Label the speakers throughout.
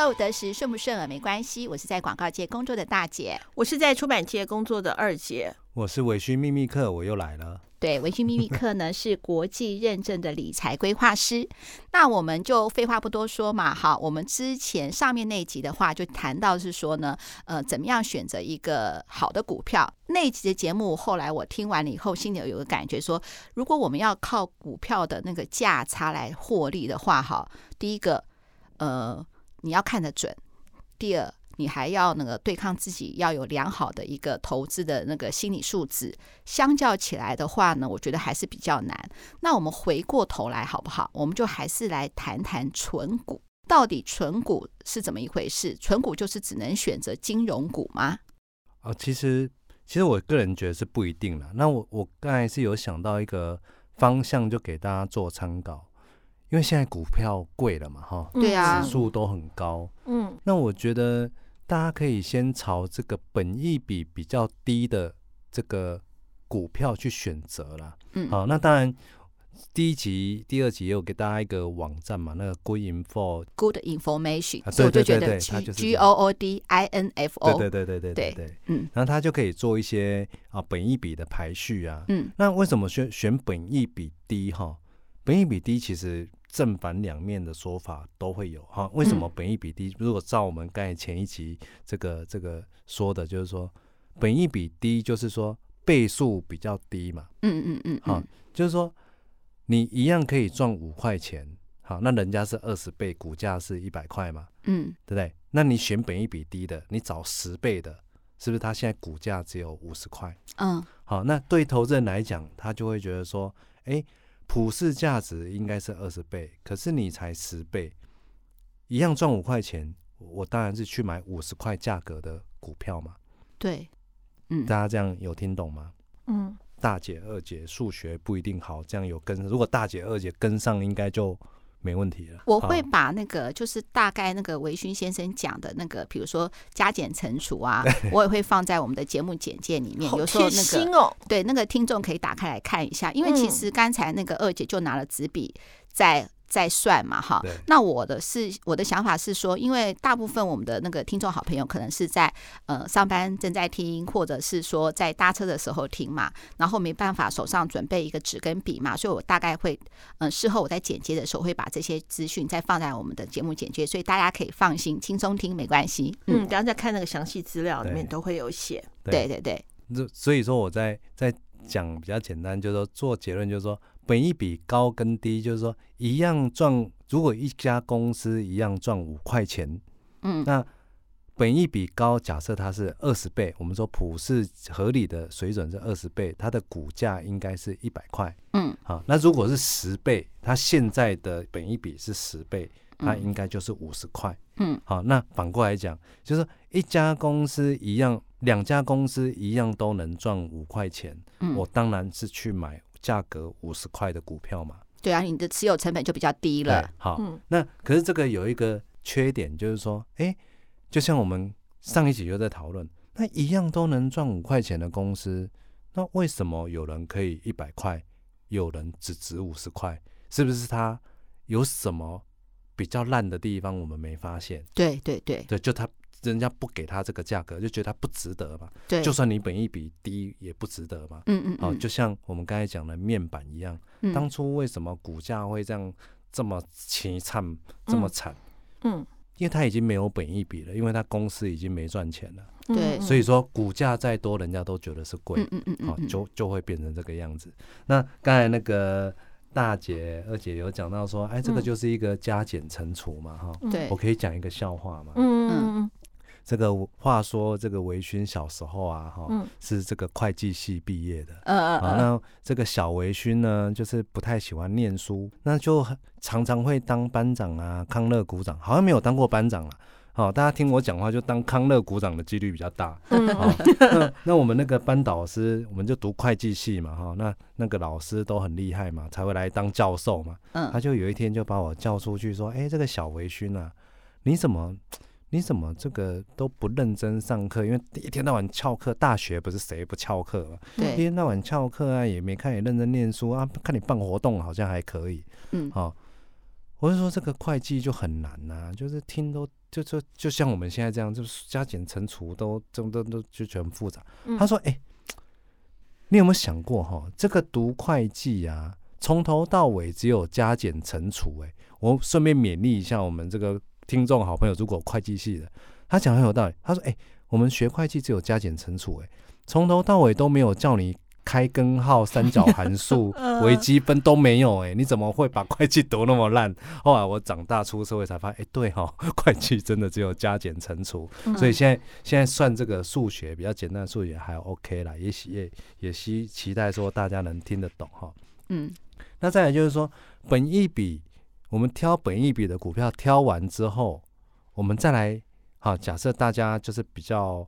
Speaker 1: 哦得时顺不顺耳没关系，我是在广告界工作的大姐。
Speaker 2: 我是在出版界工作的二姐，
Speaker 3: 我是微醺秘密课，我又来了。
Speaker 1: 对，维讯秘密课呢是国际认证的理财规划师。那我们就废话不多说嘛，好，我们之前上面那一集的话就谈到是说呢，呃，怎么样选择一个好的股票。那一集的节目后来我听完了以后，心里有个感觉说，如果我们要靠股票的那个价差来获利的话，哈，第一个，呃，你要看得准；第二，你还要那个对抗自己要有良好的一个投资的那个心理素质。相较起来的话呢，我觉得还是比较难。那我们回过头来好不好？我们就还是来谈谈纯股，到底纯股是怎么一回事？纯股就是只能选择金融股吗？
Speaker 3: 哦，其实其实我个人觉得是不一定了。那我我刚才是有想到一个方向，就给大家做参考，因为现在股票贵了嘛，哈，
Speaker 1: 对啊
Speaker 3: 指数都很高。
Speaker 2: 嗯
Speaker 3: 那我觉得大家可以先朝这个本益比比较低的这个股票去选择啦。
Speaker 1: 嗯，
Speaker 3: 好，那当然第一集、第二集也有给大家一个网站嘛，那个 Good Info，
Speaker 1: good information，、
Speaker 3: 啊对
Speaker 1: 所以我就觉得
Speaker 3: 对对对
Speaker 1: G
Speaker 3: 它就是
Speaker 1: G O O D I N F
Speaker 3: 对
Speaker 1: O，
Speaker 3: 对对对对
Speaker 1: 哦对
Speaker 3: 对，
Speaker 1: 嗯
Speaker 3: 然后它就可以做一些啊本益比的排序啊。
Speaker 1: 嗯
Speaker 3: 那为什么选选本益比低哈？本益比低其实正反两面的说法都会有哈。为什
Speaker 1: 嗯
Speaker 3: 么本益比低？如果照我们刚才前一集这个这个说的，就是说本益比低，就是说倍数比较低嘛，
Speaker 1: 嗯嗯嗯，
Speaker 3: 哈，
Speaker 1: 嗯
Speaker 3: 就是说你一样可以赚五块钱，好，那人家是二十倍，股价是一百块嘛，
Speaker 1: 嗯
Speaker 3: 对不对？那你选本益比低的，你找十倍的，是不是？它现在股价只有五十块。
Speaker 1: 嗯
Speaker 3: 好，那对投资人来讲，他就会觉得说，哎，普世价值应该是二十倍，可是你才十倍，一样赚五块钱，我当然是去买五十块价格的股票嘛。
Speaker 1: 对，嗯
Speaker 3: 大家这样有听懂吗？
Speaker 2: 嗯，
Speaker 3: 大姐、二姐数学不一定好，这样有跟上。如果大姐、二姐跟上，应该就没问题了。
Speaker 1: 我会
Speaker 3: 好
Speaker 1: 把那个就是大概那个维勋先生讲的那个，比如说加减乘除啊，我也会放在我们的节目简介里面。
Speaker 2: 好
Speaker 1: 有时候
Speaker 2: 贴
Speaker 1: 那
Speaker 2: 心
Speaker 1: 个
Speaker 2: 哦，
Speaker 1: 对那个听众可以打开来看一下，因为其
Speaker 2: 嗯
Speaker 1: 实刚才那个二姐就拿了纸笔在。在算嘛哈
Speaker 3: 对，
Speaker 1: 那我的是我的想法是说，因为大部分我们的那个听众好朋友可能是在呃上班正在听，或者是说在搭车的时候听嘛，然后没办法手上准备一个纸跟笔嘛，所以我大概会嗯，事后我在剪接的时候会把这些资讯再放在我们的节目简介，所以大家可以放心轻松听，没关系。
Speaker 2: 嗯，
Speaker 1: 嗯，
Speaker 2: 等一下再看那个详细资料，里面
Speaker 3: 对
Speaker 2: 都会有写，
Speaker 1: 对对对，
Speaker 3: 这所以说我在在讲比较简单，就是说做结论，就是说本一比高跟低，就是说一样赚，如果一家公司一样赚五块钱，
Speaker 1: 嗯
Speaker 3: 那本一比高，假设它是二十倍，我们说普世合理的水准是二十倍，它的股价应该是一百块。
Speaker 1: 嗯，
Speaker 3: 好，那如果是十倍，它现在的本一比是十倍，它
Speaker 1: 嗯
Speaker 3: 应该就是五十块。
Speaker 1: 嗯，
Speaker 3: 好，那反过来讲，就是说一家公司一样，两家公司一样都能赚五块钱，
Speaker 1: 嗯
Speaker 3: 我当然是去买价格五十块的股票嘛。
Speaker 1: 对啊，你的持有成本就比较低了
Speaker 3: 对。，好，
Speaker 2: 嗯
Speaker 3: 那可是这个有一个缺点，就是说，哎、就像我们上一集就在讨论，那一样都能赚五块钱的公司，那为什么有人可以一百块，有人只值五十块？是不是它有什么比较烂的地方我们没发现？
Speaker 1: 对对对
Speaker 3: 对，就他人家不给他这个价格，就觉得他不值得嘛。
Speaker 1: 对，
Speaker 3: 就算你本益比低，也不值得嘛。
Speaker 1: 嗯嗯
Speaker 3: 哦，
Speaker 1: 嗯，
Speaker 3: 就像我们刚才讲的面板一样，
Speaker 1: 嗯
Speaker 3: 当初为什么股价会这样这么凄惨、这么惨？
Speaker 2: 嗯，
Speaker 3: 因为它已经没有本益比了，因为它公司已经没赚钱了，
Speaker 1: 对
Speaker 2: 嗯
Speaker 3: 所以说股价再多，人家都觉得是贵
Speaker 1: 嗯，嗯嗯嗯
Speaker 3: 好、
Speaker 1: 嗯，
Speaker 3: 哦就就会变成这个样子。那刚才那个大姐、二姐有讲到说，哎，这个
Speaker 2: 嗯
Speaker 3: 就是一个加减乘除嘛，哈、
Speaker 2: 嗯
Speaker 1: 对
Speaker 3: 我可以讲一个笑话嘛，
Speaker 2: 嗯嗯
Speaker 3: 这个话说，这个维勋小时候啊，哈、
Speaker 2: 嗯
Speaker 3: 是这个会计系毕业的。
Speaker 1: 呃
Speaker 3: 啊，
Speaker 1: 呃
Speaker 3: 那这个小维勋呢，就是不太喜欢念书，那就很常常会当班长啊、康乐股长，好像没有当过班长了。好、大家听我讲话，就当康乐股长的几率比较 大。
Speaker 2: 嗯
Speaker 3: 好、那那我们那个班导师，我们就读会计系嘛，哈、那那个老师都很厉害嘛，才会来当教授嘛。他
Speaker 1: 嗯
Speaker 3: 就有一天就把我叫出去说：“哎、这个小维勋啊，你怎么，你怎么这个都不认真上课？因为一天到晚翘课，大学不是谁不翘课嘛，一
Speaker 1: 对，
Speaker 3: 天到晚翘课啊，也没看你认真念书啊，看你办活动好像还可以。
Speaker 1: 嗯
Speaker 3: 好、我是说这个会计就很难呐、就是听都就就就像我们现在这样，就是加减乘除都这都都就全复杂。
Speaker 2: 嗯
Speaker 3: 他说：“哎、你有没有想过哈、这个读会计啊，从头到尾只有加减乘除、哎，我顺便勉励一下我们这个听众好朋友，如果会计系的，他讲得很有道理。他说：‘哎、我们学会计只有加减乘除、哎，从头到尾都没有叫你。’”开根号、三角 函数
Speaker 2: 嗯、
Speaker 3: 微积分都没有哎、你怎么会把会计读那么烂？后来我长大出社会才发现，哎、对哈、 会计真的只有加减乘除，
Speaker 1: 嗯
Speaker 3: 所以现在现在算这个数学比较简单的数学还 OK 啦，也希也也希期待说大家能听得懂哈。
Speaker 1: 嗯
Speaker 3: 那再来就是说，本一笔我们挑本一笔的股票挑完之后，我们再来哈，假设大家就是比较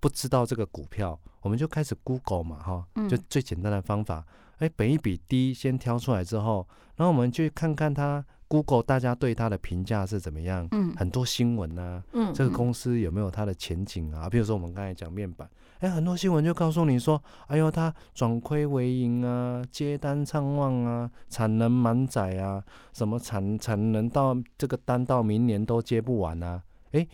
Speaker 3: 不知道这个股票，我们就开始 Google 嘛哈，
Speaker 1: 嗯
Speaker 3: 就最简单的方法。哎、本一笔低先挑出来之后，然后我们去看看它 Google 大家对它的评价是怎么样，
Speaker 1: 嗯
Speaker 3: 很多新闻啊，
Speaker 2: 嗯
Speaker 3: 这个公司有没有它的前景啊？比如说我们刚才讲面板，哎，很多新闻就告诉你说，哎呦，它转亏为盈啊，接单畅旺啊，产能满载啊，什么产产能到这个单到明年都接不完啊，哎，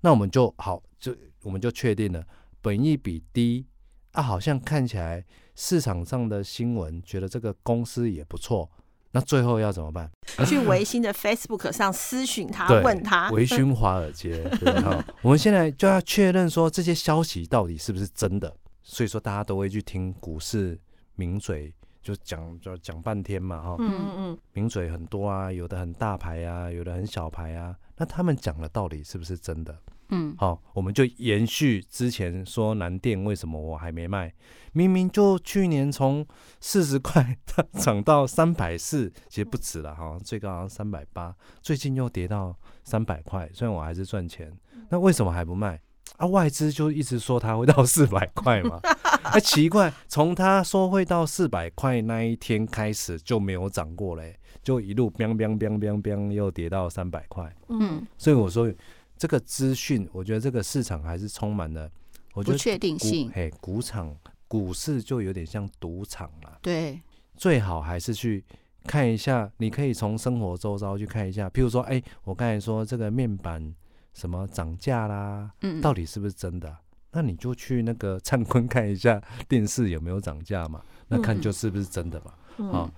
Speaker 3: 那我们就好，就我们就确定了，本益比低啊，好像看起来市场上的新闻觉得这个公司也不错，那最后要怎么办？
Speaker 2: 去维新的 Facebook 上私讯他
Speaker 3: 对，
Speaker 2: 问他，
Speaker 3: 微醺华尔街， 对哈。我们现在就要确认说这些消息到底是不是真的，所以说大家都会去听股市名嘴，就讲就讲半天嘛哈。
Speaker 2: 嗯嗯嗯，
Speaker 3: 名嘴很多啊，有的很大牌啊，有的很小牌啊，那他们讲的到底是不是真的？
Speaker 1: 嗯
Speaker 3: 好，我们就延续之前说南电为什么我还没卖，明明就去年从四十块它涨到三百四，其实不止了哈，最高好像三百八，最近又跌到三百块，虽然我还是赚钱，那为什么还不卖？啊，外资就一直说它会到四百块嘛，哎、奇怪，从他说会到四百块那一天开始就没有涨过嘞、就一路 biang biang biang biang biang 又跌到三百块。
Speaker 1: 嗯，
Speaker 3: 所以我说这个资讯，我觉得这个市场还是充满了，我觉
Speaker 1: 不
Speaker 3: 得
Speaker 1: 确定
Speaker 3: 股
Speaker 1: 性，
Speaker 3: 嘿，股场股市就有点像赌场啦，
Speaker 1: 对，
Speaker 3: 最好还是去看一下，你可以从生活周遭去看一下，譬如说，哎、我刚才说这个面板什么涨价啦，
Speaker 1: 嗯，
Speaker 3: 到底是不是真的啊、那你就去那个灿坤看一下电视有没有涨价嘛，那看
Speaker 1: 嗯嗯
Speaker 3: 就是不是真的嘛。
Speaker 2: 嗯
Speaker 3: 好，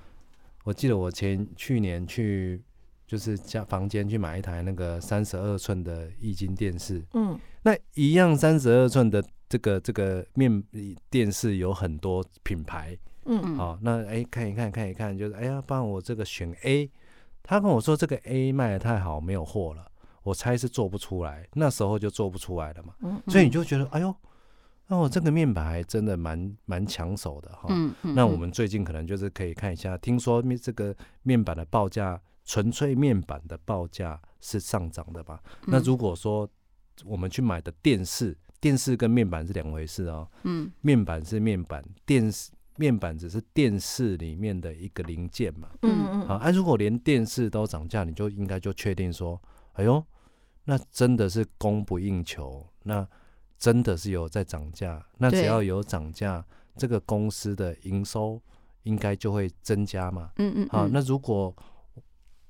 Speaker 3: 我记得我前去年去就是家房间去买一台那个三十二寸的液晶电视，
Speaker 2: 嗯
Speaker 3: 那一样三十二寸的这个这个面电视有很多品牌，
Speaker 2: 嗯
Speaker 1: 嗯
Speaker 3: 好、那哎、看一看看一看，就是哎呀，不然我这个选 A，他跟我说这个 A 卖的太好，没有货了，我猜是做不出来，那时候就做不出来了嘛，
Speaker 2: 嗯
Speaker 3: 所以你就觉得哎呦，那、我这个面板还真的蛮蛮抢手的哈、
Speaker 1: 嗯，嗯
Speaker 3: 那我们最近可能就是可以看一下，听说面这个面板的报价，纯粹面板的报价是上涨的吧？
Speaker 1: 嗯
Speaker 3: 那如果说我们去买的电视，电视跟面板是两回事哦，
Speaker 1: 嗯
Speaker 3: 面板是面板，电视面板只是电视里面的一个零件嘛。
Speaker 2: 嗯
Speaker 3: 好，
Speaker 2: 嗯，
Speaker 3: 啊，如果连电视都涨价，你就应该就确定说，哎呦，那真的是供不应求，那真的是有在涨价，那只
Speaker 1: 对
Speaker 3: 要有涨价，这个公司的营收应该就会增加嘛。
Speaker 1: 嗯嗯，
Speaker 3: 好，
Speaker 1: 嗯
Speaker 3: 那如果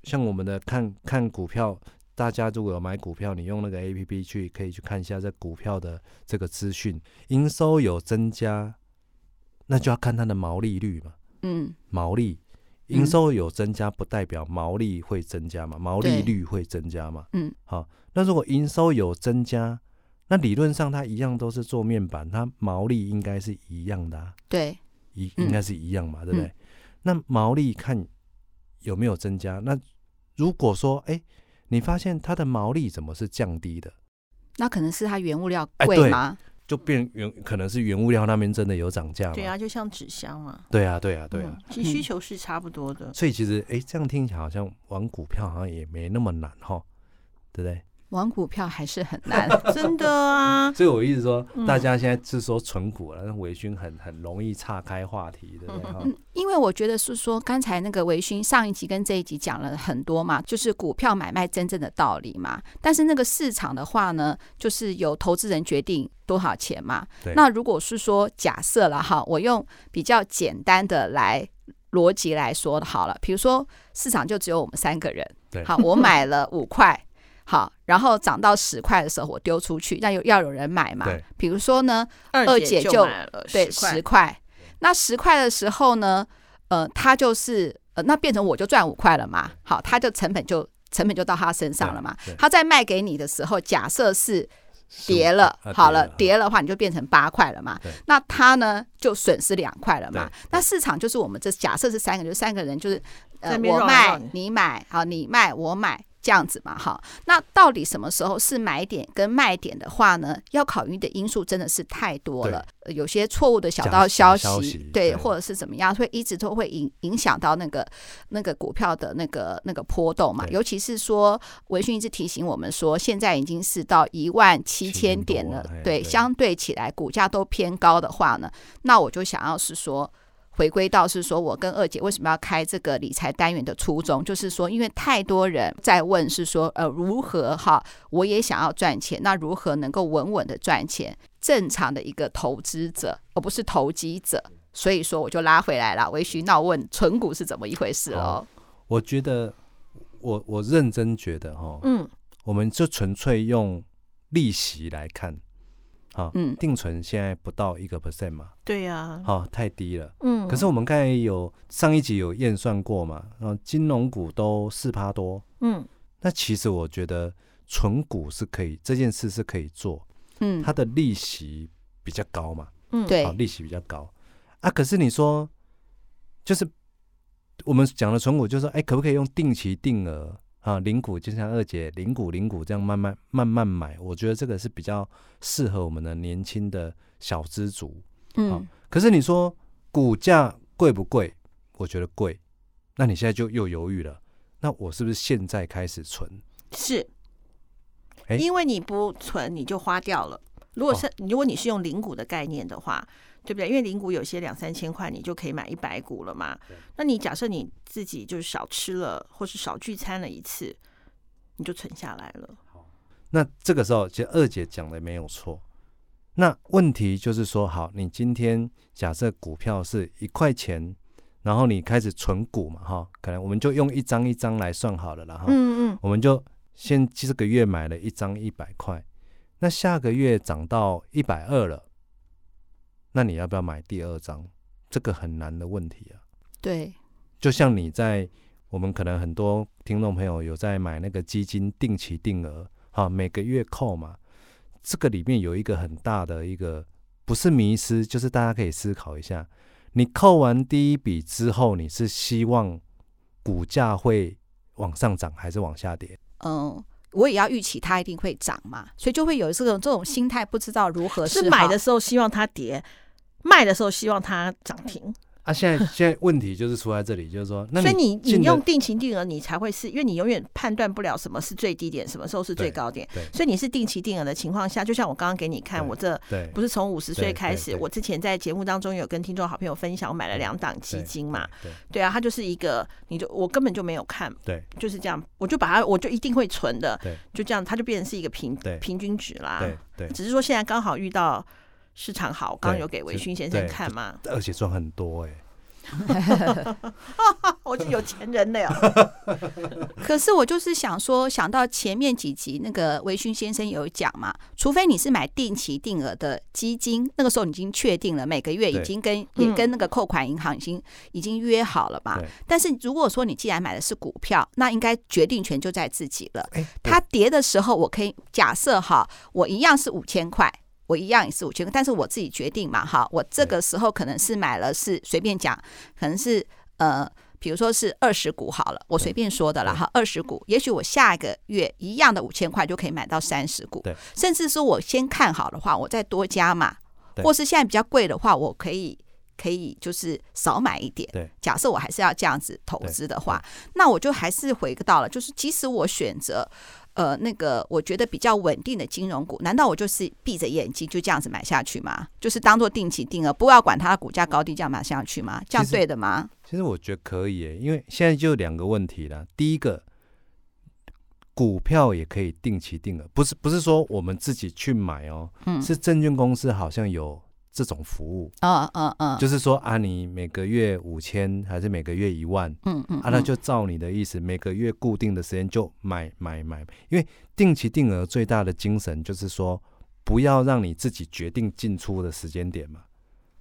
Speaker 3: 像我们的看看股票，大家如果有买股票，你用那个 A P P 去可以去看一下这股票的这个资讯，营收有增加，那就要看它的毛利率嘛。
Speaker 1: 嗯
Speaker 3: 毛利，
Speaker 1: 嗯
Speaker 3: 营收有增加，不代表毛利会增加嘛，毛利率会增加嘛。
Speaker 1: 嗯，
Speaker 3: 好，那如果营收有增加，那理论上它一样都是做面板，它毛利应该是一样的、啊，
Speaker 1: 对，
Speaker 3: 一
Speaker 1: 嗯
Speaker 3: 应该是一样嘛，对不对？那毛利看有没有增加？那如果说，哎、你发现它的毛利怎么是降低的？
Speaker 1: 那可能是它原物料
Speaker 3: 哎
Speaker 1: 贵
Speaker 3: 对
Speaker 1: 吗？
Speaker 3: 就变原可能是原物料那边真的有涨价嘛？
Speaker 2: 对啊，就像纸箱嘛，
Speaker 3: 对啊，对啊，对啊。
Speaker 2: 嗯，其实需求是差不多 的，
Speaker 3: 所以其实，哎，这样听起来好像玩股票好像也没那么难哈，对不对？
Speaker 1: 玩股票还是很难。
Speaker 2: 真的啊，
Speaker 3: 所以我一直说，
Speaker 2: 嗯
Speaker 3: 大家现在是说纯股了，那微醺很很容易岔开话题，对不对？哈
Speaker 1: 嗯，因为我觉得是说，刚才那个维勋上一集跟这一集讲了很多嘛，就是股票买卖真正的道理嘛。但是那个市场的话呢，就是由投资人决定多少钱嘛
Speaker 3: 对。
Speaker 1: 那如果是说假设了哈，我用比较简单的来逻辑来说好了，比如说市场就只有我们三个人，
Speaker 3: 对
Speaker 1: 好，我买了五块，好，然后涨到十块的时候我丢出去，那有要有人买嘛
Speaker 3: 对？
Speaker 1: 比如说呢，
Speaker 2: 二
Speaker 1: 姐就
Speaker 2: 就买了
Speaker 1: 对，
Speaker 2: 10块
Speaker 1: 十块，那十块的时候呢，呃，他就是呃，那变成我就赚五块了嘛，好，他就成本就成本就到他身上了嘛
Speaker 3: 对对，
Speaker 1: 他再卖给你的时候，假设是
Speaker 3: 十五
Speaker 1: 跌了，
Speaker 3: 啊
Speaker 1: 好了，
Speaker 3: 跌
Speaker 1: 跌了的话你就变成八块了嘛
Speaker 3: 对。
Speaker 1: 那他呢就损失两块了嘛
Speaker 3: 对。
Speaker 1: 那市场就是我们这假设是三个，就是三个人就是呃
Speaker 2: 在那边
Speaker 1: 我
Speaker 2: 绕来绕
Speaker 1: 卖
Speaker 2: 去
Speaker 1: 你买，好你卖我买。这样子嘛，哈，那到底什么时候是买点跟卖点的话呢？要考虑的因素真的是太多了，呃有些错误的小道消
Speaker 3: 假
Speaker 1: 息，
Speaker 3: 消息
Speaker 1: 对，
Speaker 3: 对
Speaker 1: 或者是怎么样，会一直都会影影响到那个那个股票的那个那个波动嘛。
Speaker 3: 对
Speaker 1: 尤其是说，维讯一直提醒我们说，现在已经是到一万七千
Speaker 3: 1000
Speaker 1: 点
Speaker 3: 多
Speaker 1: 了
Speaker 3: 啊，哎
Speaker 1: 对，
Speaker 3: 对
Speaker 1: 相对起来股价都偏高的话呢，那我就想要是说。回归到是说，我跟二姐为什么要开这个理财单元的初衷，就是说，因为太多人在问是说，呃，如何哈，我也想要赚钱，那如何能够稳稳的赚钱？正常的一个投资者，而不是投机者，所以说我就拉回来了。微醺，那我问存股是怎么一回事哦？
Speaker 3: 我觉得我我认真觉得哈，
Speaker 2: 嗯，
Speaker 3: 我们就纯粹用利息来看，啊，
Speaker 1: 嗯，
Speaker 3: 定存现在不到一个 percent 嘛，
Speaker 2: 对呀，
Speaker 3: 好，太低了。
Speaker 2: 嗯，
Speaker 3: 可是我们刚才有上一集有验算过嘛，然后金融股都四趴多，
Speaker 2: 嗯，
Speaker 3: 那其实我觉得存股是可以，这件事是可以做，
Speaker 1: 嗯，
Speaker 3: 它的利息比较高嘛，
Speaker 2: 嗯，
Speaker 1: 对
Speaker 3: 好，，利息比较高啊。可是你说，就是我们讲的存股，就是说，哎，可不可以用定期定额啊，零股，就像二姐零股零股这样慢慢慢慢买？我觉得这个是比较适合我们的年轻的小资族。好
Speaker 1: 嗯，
Speaker 3: 可是你说股价贵不贵？我觉得贵。那你现在就又犹豫了，那我是不是现在开始存？
Speaker 2: 是，
Speaker 3: 哎
Speaker 2: 因为你不存，你就花掉了。如
Speaker 3: 哦
Speaker 2: 果是、如果你是用零股的概念的话，对不对？因为零股有些两三千块，你就可以买一百股了嘛。那你假设你自己就是少吃了，或是少聚餐了一次，你就存下来了。
Speaker 3: 那这个时候，其实二姐讲的没有错。那问题就是说，好，你今天假设股票是一块钱，然后你开始存股嘛，哈，可能我们就用一张一张来算好了啦，哈，
Speaker 2: 嗯嗯，
Speaker 3: 我们就先这个月买了一张一百块，那下个月涨到一百二了，那你要不要买第二张？这个很难的问题啊。
Speaker 1: 对，
Speaker 3: 就像你在我们可能很多听众朋友有在买那个基金定期定额，哈，每个月扣嘛，这个里面有一个很大的一个不是迷失，就是大家可以思考一下，你扣完第一笔之后，你是希望股价会往上涨还是往下跌？
Speaker 1: 嗯，我也要预期它一定会涨嘛，所以就会有这种这种心态，不知道如何
Speaker 2: 是
Speaker 1: 好
Speaker 2: 买的时候希望它跌，卖的时候希望它涨停。
Speaker 3: 啊，现在现在问题就是出在这里，就是说，那
Speaker 2: 所以你
Speaker 3: 进
Speaker 2: 你
Speaker 3: 的
Speaker 2: 用定期定额，你才会是因为你永远判断不了什么是最低点，什么时候是最
Speaker 3: 对
Speaker 2: 高点
Speaker 3: 对。
Speaker 2: 所以你是定期定额的情况下，就像我刚刚给你看，
Speaker 3: 对
Speaker 2: 我这
Speaker 3: 对
Speaker 2: 不是从五十岁
Speaker 3: 对
Speaker 2: 开
Speaker 3: 对
Speaker 2: 始，
Speaker 3: 对
Speaker 2: 我之前在节目当中有跟听众好朋友分享，我买了两档基
Speaker 3: 对
Speaker 2: 金嘛，，
Speaker 3: 对
Speaker 2: 对啊，它就是一个，你就我根本就没有看，
Speaker 3: 对
Speaker 2: 就是这样，我就把它，我就一定会存的
Speaker 3: 对，
Speaker 2: 就这样，它就变成是一个平
Speaker 3: 对
Speaker 2: 平均值啦。
Speaker 3: 对对
Speaker 2: 只是说现在刚好遇到市场好，我刚刚
Speaker 3: 对
Speaker 2: 有给维
Speaker 3: 是
Speaker 2: 勋先
Speaker 3: 对
Speaker 2: 生看嘛，
Speaker 3: 对，而且赚很多哎、
Speaker 2: 我是有钱人了哟。
Speaker 1: 可是我就是想说，想到前面几集那个微醺先生有讲嘛，除非你是买定期定额的基金，那个时候你已经确定了每个月已
Speaker 3: 对
Speaker 1: 经跟
Speaker 2: 嗯
Speaker 1: 也跟那个扣款银行已经已经约好了嘛
Speaker 3: 对。
Speaker 1: 但是如果说你既然买的是股票，那应该决定权就在自己了。
Speaker 3: 哎、
Speaker 1: 它跌的时候，我可以假设哈，我一样是五千块。我一样也是五千块，但是我自己决定嘛，哈，我这个时候可能是买了是随便讲，可能是呃，比如说是二十股好了，我随便说的了
Speaker 3: 对
Speaker 1: 哈，二十股，也许我下个月一样的五千块就可以买到三十股
Speaker 3: 对，
Speaker 1: 甚至说我先看好的话，我再多加嘛，
Speaker 3: 对
Speaker 1: 或是现在比较贵的话，我可以可以就是少买一点，
Speaker 3: 对
Speaker 1: 假设我还是要这样子投资的话，那我就还是回到了，就是即使我选择。呃，那个我觉得比较稳定的金融股，难道我就是闭着眼睛就这样子买下去吗？就是当做定期定额，不要管它的股价高低，这样买下去吗？这样
Speaker 3: 其实
Speaker 1: 对的吗？
Speaker 3: 其实我觉得可以耶，因为现在就两个问题啦。第一个，股票也可以定期定额，不是不是说我们自己去买哦，
Speaker 1: 嗯
Speaker 3: 是证券公司好像有这种服务，
Speaker 1: 嗯嗯嗯，
Speaker 3: 就是说啊，你每个月五千还是每个月一万，
Speaker 1: 嗯嗯，
Speaker 3: 啊，那就照你的意思，每个月固定的时间就买买买，因为定期定额最大的精神就是说，不要让你自己决定进出的时间点嘛，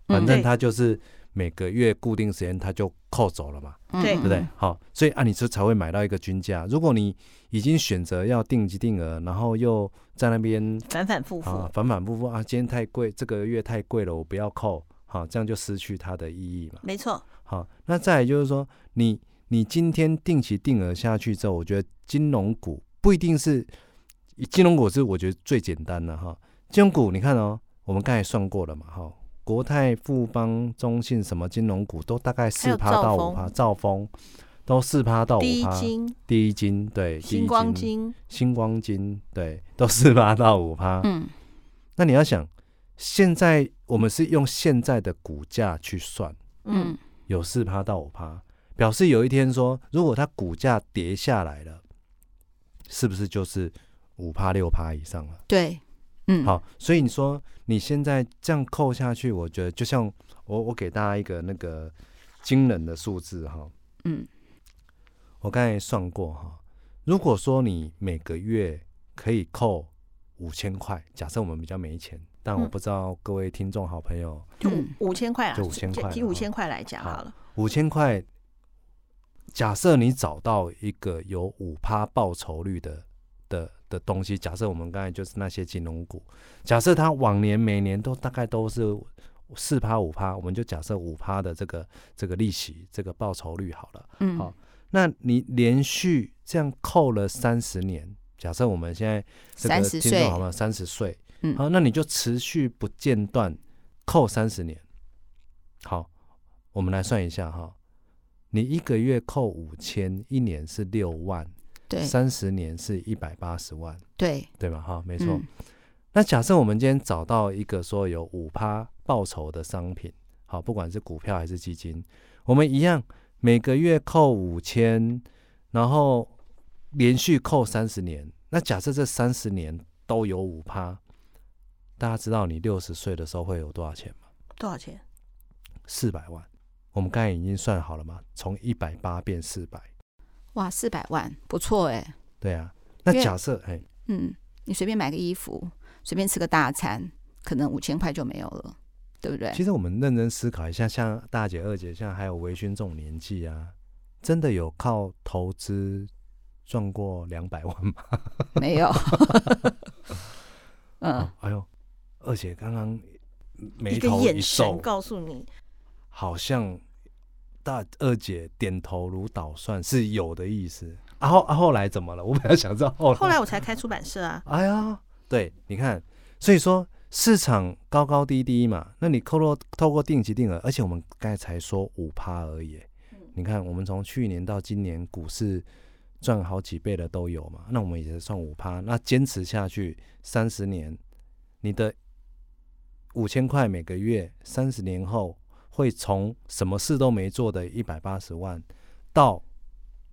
Speaker 1: 嗯
Speaker 3: 反正
Speaker 2: 对
Speaker 3: 它就是每个月固定时间它就扣走了嘛，
Speaker 1: 嗯
Speaker 2: 对
Speaker 3: 对不对？？好，所以按理说才会买到一个均价。如果你已经选择要定期定额，然后又在那边
Speaker 2: 反反复复，
Speaker 3: 啊反反复复啊，今天太贵，这个月太贵了，我不要扣，好，这样就失去它的意义嘛。
Speaker 2: 没错，
Speaker 3: 好，那再来就是说，你你今天定期定额下去之后，我觉得金融股不一定是金融股是我觉得最简单的哈。金融股你看哦，我们刚才算过了嘛哈，国泰、富邦、中信什么金融股都大概
Speaker 2: 还有
Speaker 3: 四趴到
Speaker 2: 兆
Speaker 3: 五
Speaker 2: 丰
Speaker 3: 趴，兆丰都四趴到五
Speaker 2: 第一
Speaker 3: 趴，
Speaker 2: 金、
Speaker 3: 第一金对，第
Speaker 2: 星
Speaker 3: 一
Speaker 2: 光
Speaker 3: 金、
Speaker 2: 金，
Speaker 3: 星光金对，都四趴到五趴。
Speaker 1: 嗯
Speaker 3: 那你要想，现在我们是用现在的股价去算。
Speaker 2: 嗯
Speaker 1: 嗯，
Speaker 3: 有四趴到五趴，表示有一天说，如果它股价跌下来了，是不是就是五趴六趴以上了？
Speaker 1: 对，嗯，
Speaker 3: 好，所以你说你现在这样扣下去，我觉得就像我我给大家一个那个惊人的数字哈，
Speaker 1: 嗯
Speaker 3: 我刚才算过哈，如果说你每个月可以扣五千块，假设我们比较没钱，但我
Speaker 2: 嗯
Speaker 3: 不知道各位听众好朋友
Speaker 2: 就五
Speaker 1: 嗯
Speaker 2: 五千块啊，
Speaker 3: 就5000块
Speaker 2: 以
Speaker 3: 了
Speaker 2: 五
Speaker 3: 哈
Speaker 2: 千块来讲
Speaker 3: 好
Speaker 2: 好了，
Speaker 3: 五千块，假设你找到一个有五趴报酬率的的的东西，假设我们刚才就是那些金融股，假设它往年每年都大概都是四趴五趴，我们就假设五趴的这个这个利息这个报酬率好了。
Speaker 1: 嗯，
Speaker 3: 好那你连续这样扣了三十年，假设我们现在这个
Speaker 1: 30
Speaker 3: 听
Speaker 1: 岁
Speaker 3: 众好吗？三十岁，
Speaker 1: 嗯
Speaker 3: 好，那你就持续不间断扣三十年。好，我们来算一下哈，你一个月扣五千，一年是六万，
Speaker 1: 对
Speaker 3: 三十年是一百八十万，
Speaker 1: 对，嗯
Speaker 3: 对吧？哈，没
Speaker 1: 没
Speaker 3: 错。那假设我们今天找到一个说有五趴报酬的商品，好，不管是股票还是基金，我们一样每个月扣五千，然后连续扣三十年。那假设这三十年都有五趴，大家知道你六十岁的时候会有多少钱吗？
Speaker 2: 多少钱？
Speaker 3: 四百万。我们刚才已经算好了嘛，从一百八变四百，
Speaker 1: 哇，四百万不错哎，
Speaker 3: 对啊。那
Speaker 1: 因为
Speaker 3: 假设哎，
Speaker 1: 嗯，你随便买个衣服，随便吃个大餐，可能五千块就没有了，对 不对？
Speaker 3: 其实我们认真思考一下，像大姐、二姐，像还有微醺这种年纪啊，真的有靠投资赚过两百万吗？
Speaker 1: 没 有， 嗯，
Speaker 3: 哎呦，二姐刚刚眉
Speaker 2: 一个
Speaker 3: 头
Speaker 2: 眼神
Speaker 3: 皱，
Speaker 2: 告诉 你，
Speaker 3: 好像大二姐点头如捣蒜是有的意思。啊后啊后来怎么了？我本来想知道后来。
Speaker 2: 后来我才开出版社啊，
Speaker 3: 哎呀，对，你看，所以说市场高高低低嘛，那你透过透过定期定额，而且我们刚才才说五趴而已耶，你看我们从去年到今年股市赚好几倍的都有嘛，那我们也是算五趴，那坚持下去三十年，你的五千块每个月，三十年后会从什么事都没做的一百八十万到。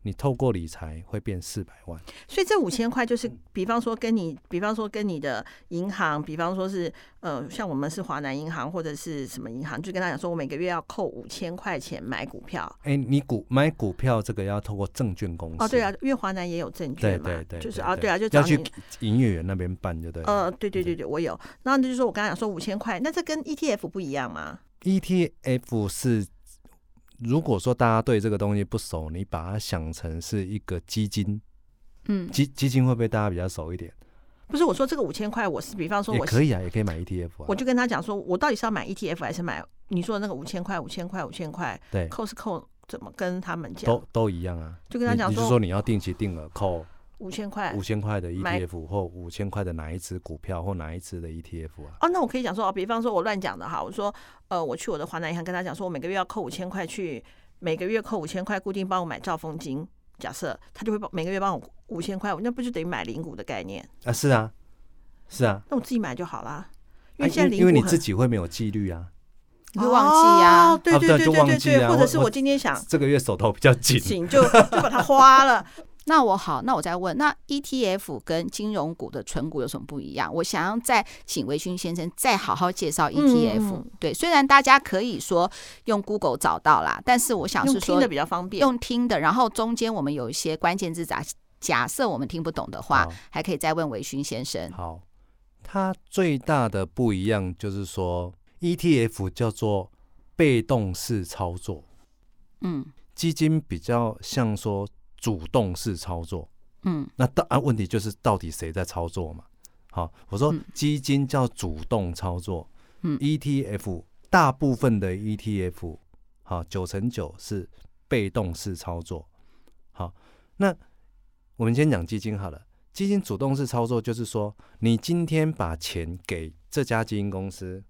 Speaker 3: 你透过理财会变四百万，
Speaker 2: 所以这五
Speaker 3: 嗯
Speaker 2: 千块就是，比方说跟你，比方说跟你的银行，比方说是呃，像我们是华南银行或者是什么银行，就跟他讲说，我每个月要扣五千块钱买股票。
Speaker 3: 哎、你股买股票这个要透过证券公司
Speaker 2: 哦，对啊，，因为华南也有证
Speaker 3: 对
Speaker 2: 券嘛，
Speaker 3: 对对，
Speaker 2: 就是啊，对啊，就找
Speaker 3: 要去
Speaker 2: 你。
Speaker 3: 营业员那边办，就对。
Speaker 2: 呃，对对对对，我有。然后就是说我刚才讲说五千块，那这跟 ETF 不一样吗？
Speaker 3: ETF E 是，如果说大家对这个东西不熟，你把它想成是一个基金，
Speaker 1: 嗯，
Speaker 3: 基基金会不会大家比较熟一点？
Speaker 2: 不是，我说这个五千块，我是比方说
Speaker 3: 也
Speaker 2: 我
Speaker 3: 可以啊，也可以买 ETF 啊。
Speaker 2: 我就跟他讲说，我到底是要买 ETF 还是买你说的那个五千块、五千块、五千块，
Speaker 3: 对，
Speaker 2: 扣是扣，怎么跟他们讲
Speaker 3: 都？都一样啊。
Speaker 2: 就跟他
Speaker 3: 你
Speaker 2: 讲
Speaker 3: 你就
Speaker 2: 说
Speaker 3: 说你要定期定额扣
Speaker 2: 五千块
Speaker 3: 五。千块的
Speaker 2: 买
Speaker 3: ETF 或五千块的哪一只股票或哪一只的 ETF 啊。
Speaker 2: 哦，那我可以讲说，哦，比方说我乱讲的哈，我说，呃，我去我的华南银行跟他讲说，我每个月要扣五千块去，每个月扣五千块固定帮我买兆丰金，假设他就会帮每个月帮我五千块，那不就等于买零股的概念？
Speaker 3: 啊，是啊，是啊，
Speaker 2: 那我自己买就好啦，因
Speaker 3: 啊
Speaker 2: 为现在
Speaker 3: 因
Speaker 2: 零
Speaker 3: 为
Speaker 2: 股
Speaker 3: 你
Speaker 2: 很
Speaker 3: 自己会没有纪律啊。
Speaker 1: 你会忘记呀
Speaker 2: 哦，对
Speaker 3: 啊
Speaker 2: 对
Speaker 3: 对
Speaker 2: 对
Speaker 3: 就
Speaker 2: 对
Speaker 3: 忘
Speaker 2: 对
Speaker 3: 记
Speaker 2: 对，
Speaker 3: 啊
Speaker 2: 或者
Speaker 3: 我
Speaker 2: 是
Speaker 3: 我
Speaker 2: 我今天想
Speaker 3: 这个月手头比较紧，
Speaker 2: 紧就就把它花了，
Speaker 1: 那我好，那我再问，那 ETF 跟金融股的纯股有什么不一样？我想要再请维勋先生再好好介绍 ETF、
Speaker 2: 嗯
Speaker 1: 对，虽然大家可以说用 Google 找到啦，但是我想
Speaker 2: 用
Speaker 1: 是
Speaker 2: 听
Speaker 1: 说
Speaker 2: 的比较方便。
Speaker 1: 用听的，然后中间我们有一些关键字假假设我们听不懂的话
Speaker 3: 好，
Speaker 1: 还可以再问维勋先生。
Speaker 3: 好，它最大的不一样就是说，ETF 叫做被动式操作，
Speaker 1: 嗯
Speaker 3: 基金比较像说主动式操作。
Speaker 1: 嗯
Speaker 3: 那当然问题就是到底谁在操作嘛？好，我说
Speaker 1: 嗯
Speaker 3: 基金叫主动操作，
Speaker 1: 嗯
Speaker 3: ，ETF 大部分的 ETF，好，九成九是被动式操作。好，那我们先讲基金好了。基金主动式操作就是说，你今天把钱给这家基金公司，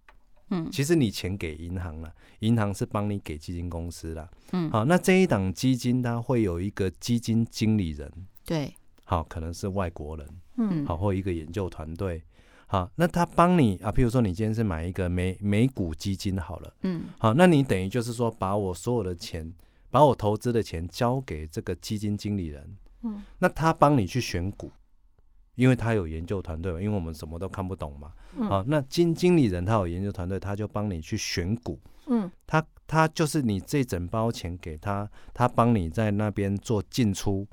Speaker 1: 嗯
Speaker 3: 其实你钱给银行了，银行是帮你给基金公司了。
Speaker 1: 嗯，
Speaker 3: 好，那这一档基金它会有一个基金经理人，
Speaker 1: 对，
Speaker 3: 好，可能是外国人，
Speaker 1: 嗯
Speaker 3: 好，或一个研究团队，好，那他帮你啊，譬如说你今天是买一个美美股基金好了，
Speaker 1: 嗯
Speaker 3: 好，那你等于就是说把我所有的钱，把我投资的钱交给这个基金经理人，
Speaker 2: 嗯，
Speaker 3: 那他帮你去选股，因为他有研究团队嘛，因为我们什么都看不懂嘛，
Speaker 2: 嗯
Speaker 3: 好，那经经理人他有研究团队，他就帮你去选股，
Speaker 2: 嗯
Speaker 3: 他他就是你这整包钱给他，他帮你在那边做进出，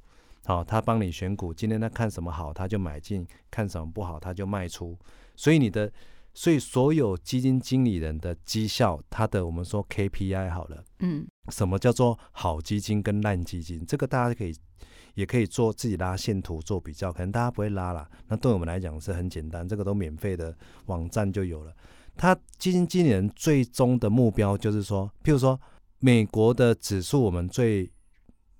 Speaker 3: 好、他帮你选股，今天他看什么好他就买进，看什么不好他就卖出，所以你的，所以所有基金经理人的绩效，他的我们说 KPI 好了，
Speaker 1: 嗯
Speaker 3: 什么叫做好基金跟烂基金，这个大家可以。也可以做自己拉线图做比较，可能大家不会拉啦。那对我们来讲是很简单，这个都免费的网站就有了。它基金经理人最终的目标就是说，譬如说美国的指数，我们最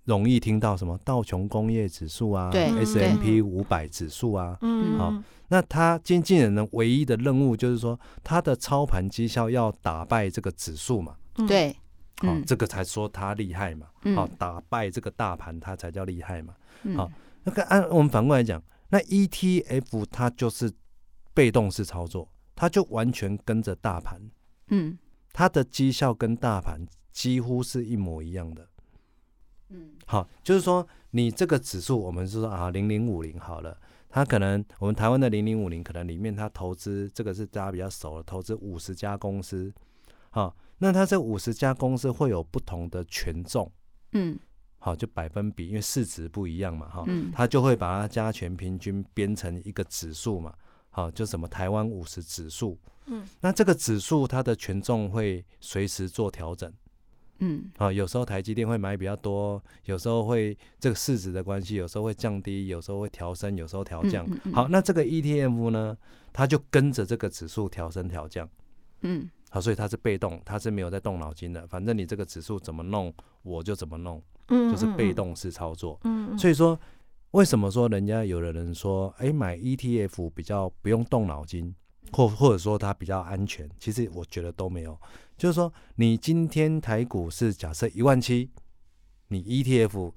Speaker 3: 容易听到什么道琼工业指数啊
Speaker 1: 对
Speaker 3: ，S
Speaker 1: 对
Speaker 3: M P 五百指数啊，
Speaker 2: 嗯，
Speaker 3: 好，那他经纪人的唯一的任务就是说，他的操盘绩效要打败这个指数嘛，
Speaker 2: 嗯，
Speaker 1: 对，
Speaker 3: 好、
Speaker 1: 嗯
Speaker 3: 这个才说他厉害嘛，好、
Speaker 1: 嗯
Speaker 3: 打败这个大盘他才叫厉害嘛。
Speaker 1: 嗯
Speaker 3: 好那个按我们反过来讲，那 ETF 它就是被动式操作，它就完全跟着大盘，
Speaker 1: 嗯
Speaker 3: 它的绩效跟大盘几乎是一模一样的。
Speaker 1: 嗯
Speaker 3: 好，就是说你这个指数，我们是说啊，零零五零好了，它可能我们台湾的零零五零，可能里面它投资这个是大家比较熟的，投资五十家公司，好、那它这五十家公司会有不同的权重，
Speaker 1: 嗯
Speaker 3: 好、就百分比，因为市值不一样嘛，哈、
Speaker 1: 嗯
Speaker 3: 它就会把它加权平均编成一个指数嘛，好、就什么台湾五十指数，
Speaker 2: 嗯，
Speaker 3: 那这个指数它的权重会随时做调整。
Speaker 1: 嗯
Speaker 3: 啊，有时候台积电会买比较多，有时候会这个市值的关系，有时候会降低，有时候会调升，有时候调降。
Speaker 1: 嗯嗯嗯
Speaker 3: 好，那这个 ETF 呢，它就跟着这个指数调升调降。
Speaker 1: 嗯
Speaker 3: 好，所以它是被动，它是没有在动脑筋的。反正你这个指数怎么弄，我就怎么弄，
Speaker 2: 嗯
Speaker 3: 就是被，动式操作。
Speaker 2: 嗯，
Speaker 3: 所以说，为什么说人家有的人说，哎，买 ETF 比较不用动脑筋，或或者说它比较安全？其实我觉得都没有。就是说，你今天台股是假设一万七，你 ETF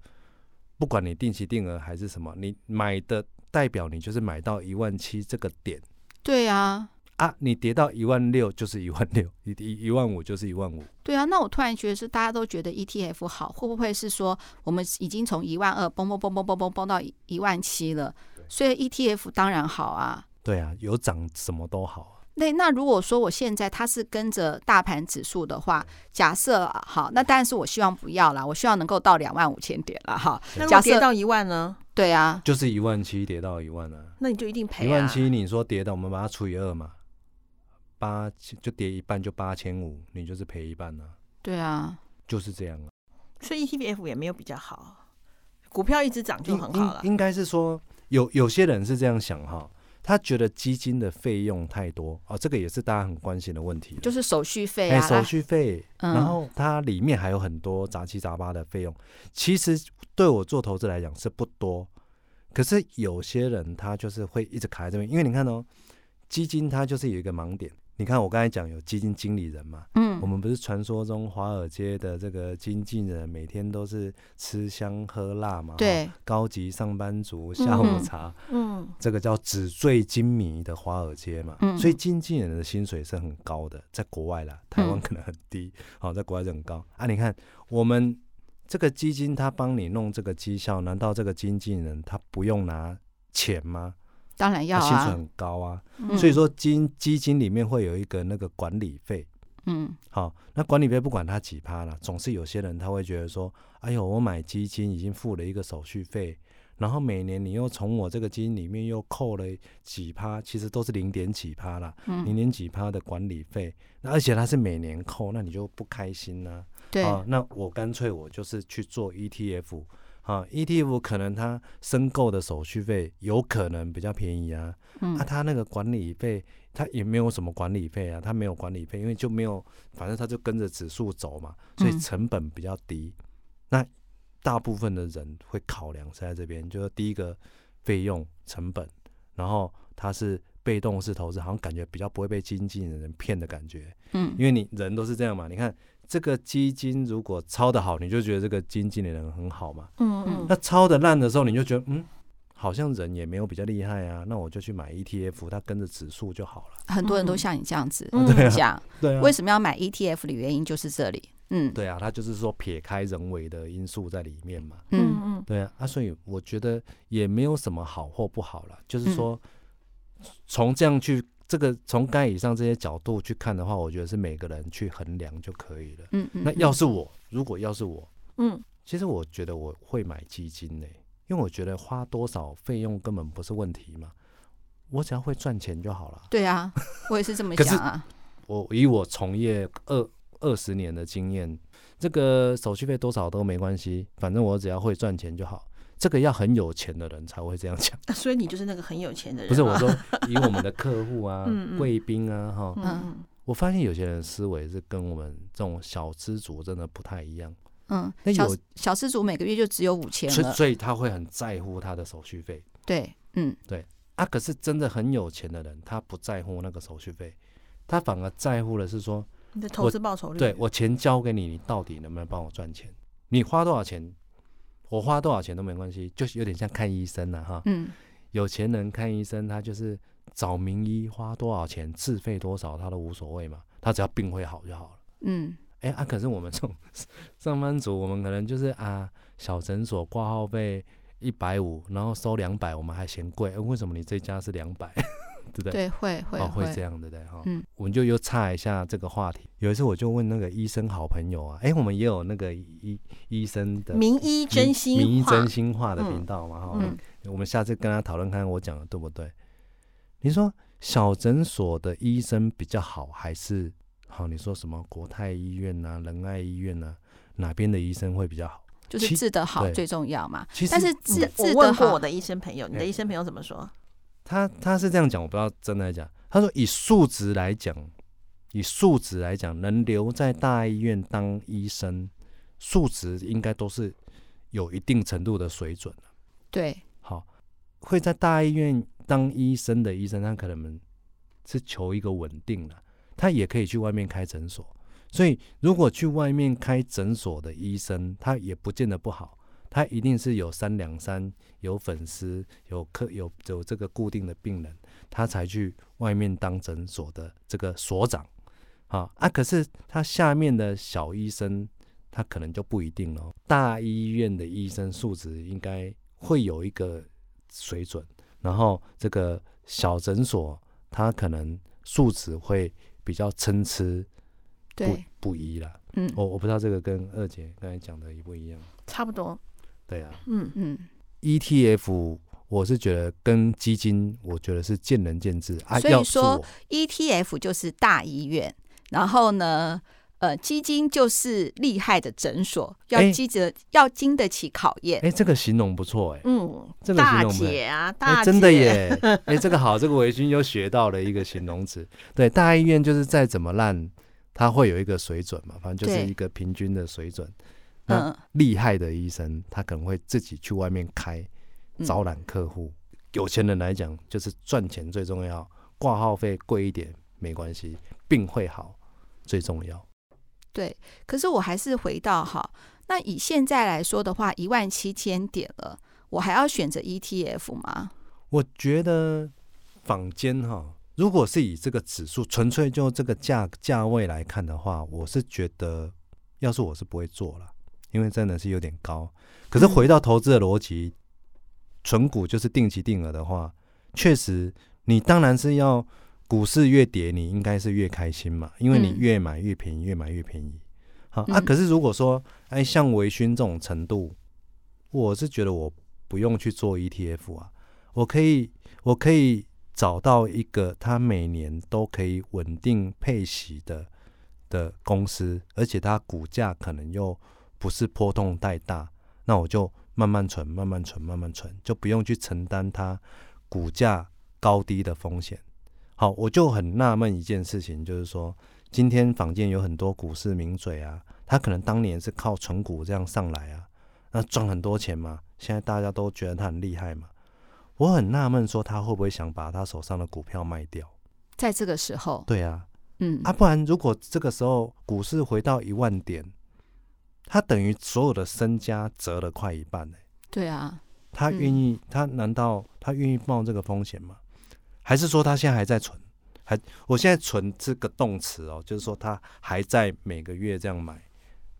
Speaker 3: 不管你定期定额还是什么，你买的代表你就是买到一万七这个点
Speaker 1: 对啊，
Speaker 3: 啊，你跌到一万六就是一万六，一一一万五就是一万五。
Speaker 1: 对啊，那我突然觉得是大家都觉得 ETF 好，会不会是说我们已经从一万二蹦蹦蹦蹦蹦蹦蹦到一万七了？所以 ETF 当然好啊。
Speaker 3: 对啊，有涨什么都好啊。
Speaker 1: 那那如果说我现在它是跟着大盘指数的话，假设啊好，那当然是我希望不要啦，我希望能够到两万五千点了哈。
Speaker 2: 那如
Speaker 1: 假
Speaker 2: 果
Speaker 1: 设
Speaker 2: 跌到一万呢？
Speaker 1: 对啊，
Speaker 3: 就是一万七跌到一万啊。
Speaker 2: 那你就一定赔
Speaker 3: 一
Speaker 2: 啊。
Speaker 3: 万七，你说跌的，我们把它除以二嘛，八千就跌一半就八千五，你就是赔一半啊，
Speaker 1: 对啊，
Speaker 3: 就是这样啊。
Speaker 2: 所以 ETF 也没有比较好，股票一直涨就很好了
Speaker 3: 应。应该是说有有些人是这样想哈，他觉得基金的费用太多哦，这个也是大家很关心的问题了。
Speaker 1: 就是手续费
Speaker 3: 哎、
Speaker 1: 啊，
Speaker 3: 手续费，
Speaker 1: 嗯
Speaker 3: 然后它里面还有很多杂七杂八的费用，其实对我做投资来讲是不多，可是有些人他就是会一直卡在这边，因为你看哦，基金它就是有一个盲点，你看我刚才讲有基金经理人嘛，我
Speaker 1: 嗯
Speaker 3: 们不是传说中华尔街的这个经纪人每天都是吃香喝辣嘛，哦，
Speaker 1: 对，
Speaker 3: 高级上班族下午
Speaker 1: 嗯
Speaker 3: 茶，
Speaker 2: 嗯
Speaker 3: 这个叫纸醉金迷的华尔街嘛，
Speaker 1: 嗯
Speaker 3: 所以经纪人的薪水是很哦高的，在国外啦，台湾
Speaker 1: 嗯
Speaker 3: 可能很低，好、在国外是很高啊。你看我们这个基金他帮你弄这个绩效，难道这个经纪人他不用拿钱吗？
Speaker 1: 当然要
Speaker 3: 他薪水
Speaker 1: 啊，
Speaker 3: 很高啊，
Speaker 1: 嗯
Speaker 3: 所以说基基金里面会有一个那个管理费。
Speaker 1: 嗯
Speaker 3: 好、那管理费不管他几趴了，总是有些人他会觉得说，哎呦，我买基金已经付了一个手续费，然后每年你又从我这个基金里面又扣了几趴，其实都是零点几趴啦，零
Speaker 1: 嗯，
Speaker 3: 点几趴的管理费，那而且它是每年扣，那你就不开心啦、
Speaker 1: 对，
Speaker 3: 啊，那我干脆我就是去做 E ETF 啊，ETF 可能它申购的手续费有可能比较便宜啊，
Speaker 1: 嗯
Speaker 3: 啊，它那个管理费它也没有什么管理费啊，它没有管理费，因为就没有，反正它就跟着指数走嘛，所以
Speaker 1: 嗯
Speaker 3: 成本比较低。那大部分的人会考量是在这边，就是第一个费用成本，然后它是被动式投资，好像感觉比较不会被经纪人骗的感觉。
Speaker 1: 嗯
Speaker 3: 因为你人都是这样嘛。你看这个基金如果抄的好，你就觉得这个经纪人很好嘛。
Speaker 2: 嗯
Speaker 1: 嗯
Speaker 2: 嗯
Speaker 3: 那抄的烂的时候，你就觉得嗯，好像人也没有比较厉害啊，那我就去买 ETF，它跟着指数就好了。
Speaker 1: 很多人都
Speaker 2: 嗯
Speaker 1: 像你这样子
Speaker 2: 嗯
Speaker 3: 对啊，
Speaker 1: 讲，
Speaker 3: 对啊
Speaker 1: 为，什么要买 ETF 的原因就是这里，嗯
Speaker 3: 对啊，它就是说撇开人为的因素在里面嘛。
Speaker 1: 嗯
Speaker 2: 嗯
Speaker 3: 对啊，啊，所以我觉得也没有什么好或不好了，
Speaker 1: 嗯
Speaker 3: 就是说从这样去。这个从该以上这些角度去看的话，我觉得是每个人去衡量就可以了。
Speaker 1: 嗯嗯，
Speaker 3: 那要是我，如果要是我，
Speaker 2: 嗯
Speaker 3: 其实我觉得我会买基金呢、因为我觉得花多少费用根本不是问题嘛，我只要会赚钱就好了。
Speaker 1: 对啊，我也是这么
Speaker 3: 可是
Speaker 1: 想啊，
Speaker 3: 我以我从业二二十年的经验，这个手续费多少都没关系，反正我只要会赚钱就好。这个要很有钱的人才会这 样讲，
Speaker 2: 嗯，所以你就是那个很有钱的人啊，
Speaker 3: 不是我说以我们的客户 啊
Speaker 2: 嗯、嗯
Speaker 3: 贵宾啊哈，
Speaker 2: 嗯，嗯
Speaker 3: 我发现有些人的思维是跟我们这种小资族真的不太一样，
Speaker 1: 嗯
Speaker 3: 那，
Speaker 1: 小
Speaker 3: 有
Speaker 1: 小失主每个月就只有五千
Speaker 3: 所以
Speaker 1: 了，
Speaker 3: 所以他会很在乎他的手续费。
Speaker 1: 对，嗯
Speaker 3: 啊，可是真的很有钱的人，他不在乎那个手续费，他反而在乎的是说，
Speaker 2: 你的投资报酬率，
Speaker 3: 对我钱交给你，你到底能不能帮我赚钱？你花多少钱，我花多少钱都没关系，就是有点像看医生了、哈。
Speaker 1: 嗯
Speaker 3: 有钱人看医生，他就是找名医，花多少钱，自费多少，他都无所谓嘛，他只要病会好就好了。
Speaker 1: 嗯
Speaker 3: 哎啊，可是我们这种 上班族，我们可能就是啊，小诊所挂号费一百五，然后收两百，我们还嫌贵、哎为什么你这家是两百？ 对不对？
Speaker 1: 对，会会
Speaker 3: 哦，会这
Speaker 1: 会，
Speaker 3: 样，对不对？哈、
Speaker 1: 嗯
Speaker 3: 我们就又岔一下这个话题。有一次我就问那个医生好朋友啊，哎，我们也有那个医医生的
Speaker 2: 名医真心话，
Speaker 3: 名医真心话的频
Speaker 2: 嗯
Speaker 3: 道嘛，哈、
Speaker 1: 嗯
Speaker 3: 我们下次跟他讨论看看我讲的对不对。你说小诊所的医生比较好，还是好？你说什么国泰医院呐、仁爱医院呐、啊哪边的医生会比较好？
Speaker 1: 就是
Speaker 3: 其
Speaker 1: 治得好
Speaker 3: 对
Speaker 1: 最重要嘛，
Speaker 3: 其实嗯
Speaker 1: 但是治
Speaker 2: 我
Speaker 1: 治得
Speaker 2: 问过我
Speaker 1: 好，
Speaker 2: 的医生朋友，你的
Speaker 3: 哎
Speaker 2: 医生朋友怎么说？
Speaker 3: 他他是这样讲，我不知道真的还是假的。他说以数值来讲，以数值来讲，能留在大医院当医生，数值应该都是有一定程度的水准了
Speaker 1: 对，
Speaker 3: 好，会在大医院当医生的医生，他可能是求一个稳定了，他也可以去外面开诊所。所以，如果去外面开诊所的医生，他也不见得不好，他一定是有三两三，有粉丝，有客，有有这个固定的病人，他才去外面当诊所的这个所长。啊啊！可是他下面的小医生，他可能就不一定了。大医院的医生素质应该会有一个水准，然后这个小诊所，他可能素质会比较参差不
Speaker 1: 对，
Speaker 3: 不一啦。
Speaker 1: 嗯
Speaker 3: 我我不知道这个跟二姐刚才讲的一不一样。
Speaker 2: 差不多，
Speaker 3: 对啊
Speaker 2: 嗯
Speaker 1: 嗯，
Speaker 3: ，ETF 我是觉得跟基金，我觉得是见仁见智啊。
Speaker 1: 所以
Speaker 3: 要是
Speaker 1: 说
Speaker 3: 我
Speaker 1: ETF E 就是大医院，然后呢，呃，基金就是厉害的诊所，要
Speaker 3: 哎
Speaker 1: 经得、要经得起考验。
Speaker 3: 哎、这个形容不错哎、
Speaker 2: 嗯，
Speaker 3: 这个
Speaker 2: 大
Speaker 3: 形容不
Speaker 2: 姐啊，
Speaker 3: 哎、
Speaker 2: 大姐，
Speaker 3: 真的，耶！哎、这个好，这个我已经又学到了一个形容词。对，大医院就是再怎么烂，它会有一个水准嘛，反正就是
Speaker 1: 对
Speaker 3: 一个平均的水准。那
Speaker 1: 嗯，
Speaker 3: 厉害的医生，他可能会自己去外面开，
Speaker 1: 嗯
Speaker 3: 招揽客户。有钱人来讲，就是赚钱最重要，挂号费贵一点没关系，病会好最重要。
Speaker 1: 对。可是我还是回到哈，那以现在来说的话，一万七千点了，我还要选择 ETF 吗？
Speaker 3: 我觉得坊间哈，如果是以这个指数纯粹就这个价价位来看的话，我是觉得，要是我是不会做了。因为真的是有点高。可是回到投资的逻辑，存股就是定期定额的话，确实你当然是要股市越跌，你应该是越开心嘛，因为你
Speaker 1: 嗯
Speaker 3: 越买越便宜，越买越便宜。好啊，
Speaker 1: 嗯
Speaker 3: 可是如果说哎像微醺这种程度，我是觉得我不用去做 ETF 啊，我可以我可以找到一个它每年都可以稳定配息的的公司，而且它股价可能又不是波动太大，那我就慢慢存，慢慢存，慢慢存，就不用去承担它股价高低的风险。好，我就很纳闷一件事情，就是说，今天坊间有很多股市名嘴啊，他可能当年是靠存股这样上来啊，那赚很多钱嘛，现在大家都觉得他很厉害嘛。我很纳闷，说他会不会想把他手上的股票卖掉？
Speaker 1: 在这个时候，
Speaker 3: 对啊，
Speaker 1: 嗯
Speaker 3: 啊，不然如果这个时候股市回到一万点，他等于所有的身家折了快一半呢、
Speaker 1: 对啊，
Speaker 3: 他
Speaker 1: 嗯
Speaker 3: 愿意，他难道他愿意冒这个风险吗？还是说他现在还在存？还我现在存这个动词哦，就是说他还在每个月这样买，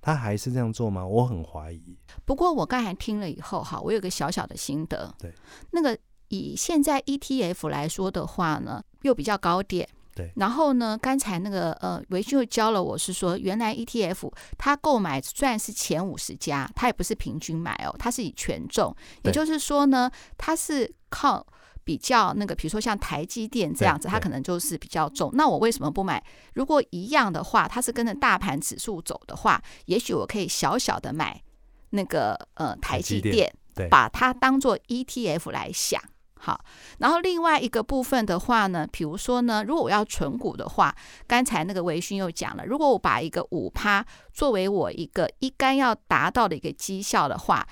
Speaker 3: 他还是这样做吗？我很怀疑。
Speaker 1: 不过我刚才听了以后哈，我有个小小的心得。
Speaker 3: 对，
Speaker 1: 那个以现在 ETF 来说的话呢，又比较高点。
Speaker 3: 对
Speaker 1: 然后呢，刚才那个呃，维俊又教了我是说，原来 ETF 它购买虽然是前五十家，它也不是平均买哦，它是以权重，也
Speaker 3: 对
Speaker 1: 就是说呢，它是靠。比较那个，比如说像台积电这样子，
Speaker 3: 对
Speaker 1: 它
Speaker 3: 对
Speaker 1: 可能就是比较重。那我为什么不买？如果一样的话，它是跟着大盘指数走的话，也许我可以小小的买那个呃台
Speaker 3: 台积
Speaker 1: 积
Speaker 3: 电
Speaker 1: 电，
Speaker 3: 对
Speaker 1: 把它当做 ETF 来想。好，然后另外一个部分的话呢，比如说呢，如果我要存股的话，刚才那个维勋又讲了，如果我把一个五趴作为我一个一该要达到的一个绩效的话，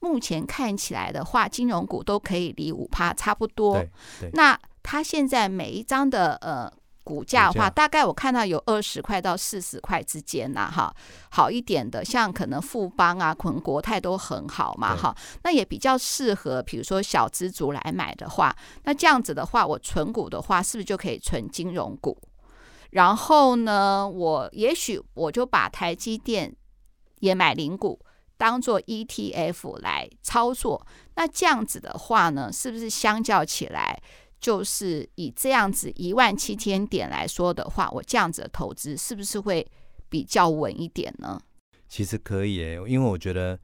Speaker 1: 目前看起来的话，金融股都可以离五趴差不多。
Speaker 3: 对，
Speaker 1: 那它现在每一张的呃股价的
Speaker 3: 股
Speaker 1: 话，
Speaker 3: 价
Speaker 1: 大概我看到有二十块到四十块之间啦，哈。好一点的，像可能富邦啊、捆国泰都很好嘛，
Speaker 3: 对
Speaker 1: 哈。那也比较适合，比如说小资族来买的话，那这样子的话，我存股的话，是不是就可以存金融股？然后呢，我也许我就把台积电也买零股，当做 ETF 来操作。那这样子的话呢，是不是相较起来，就是以这样子一万七千点来说的话，我这样子的投资是不是会比较稳一点呢？
Speaker 3: 其实可以耶，因为我觉得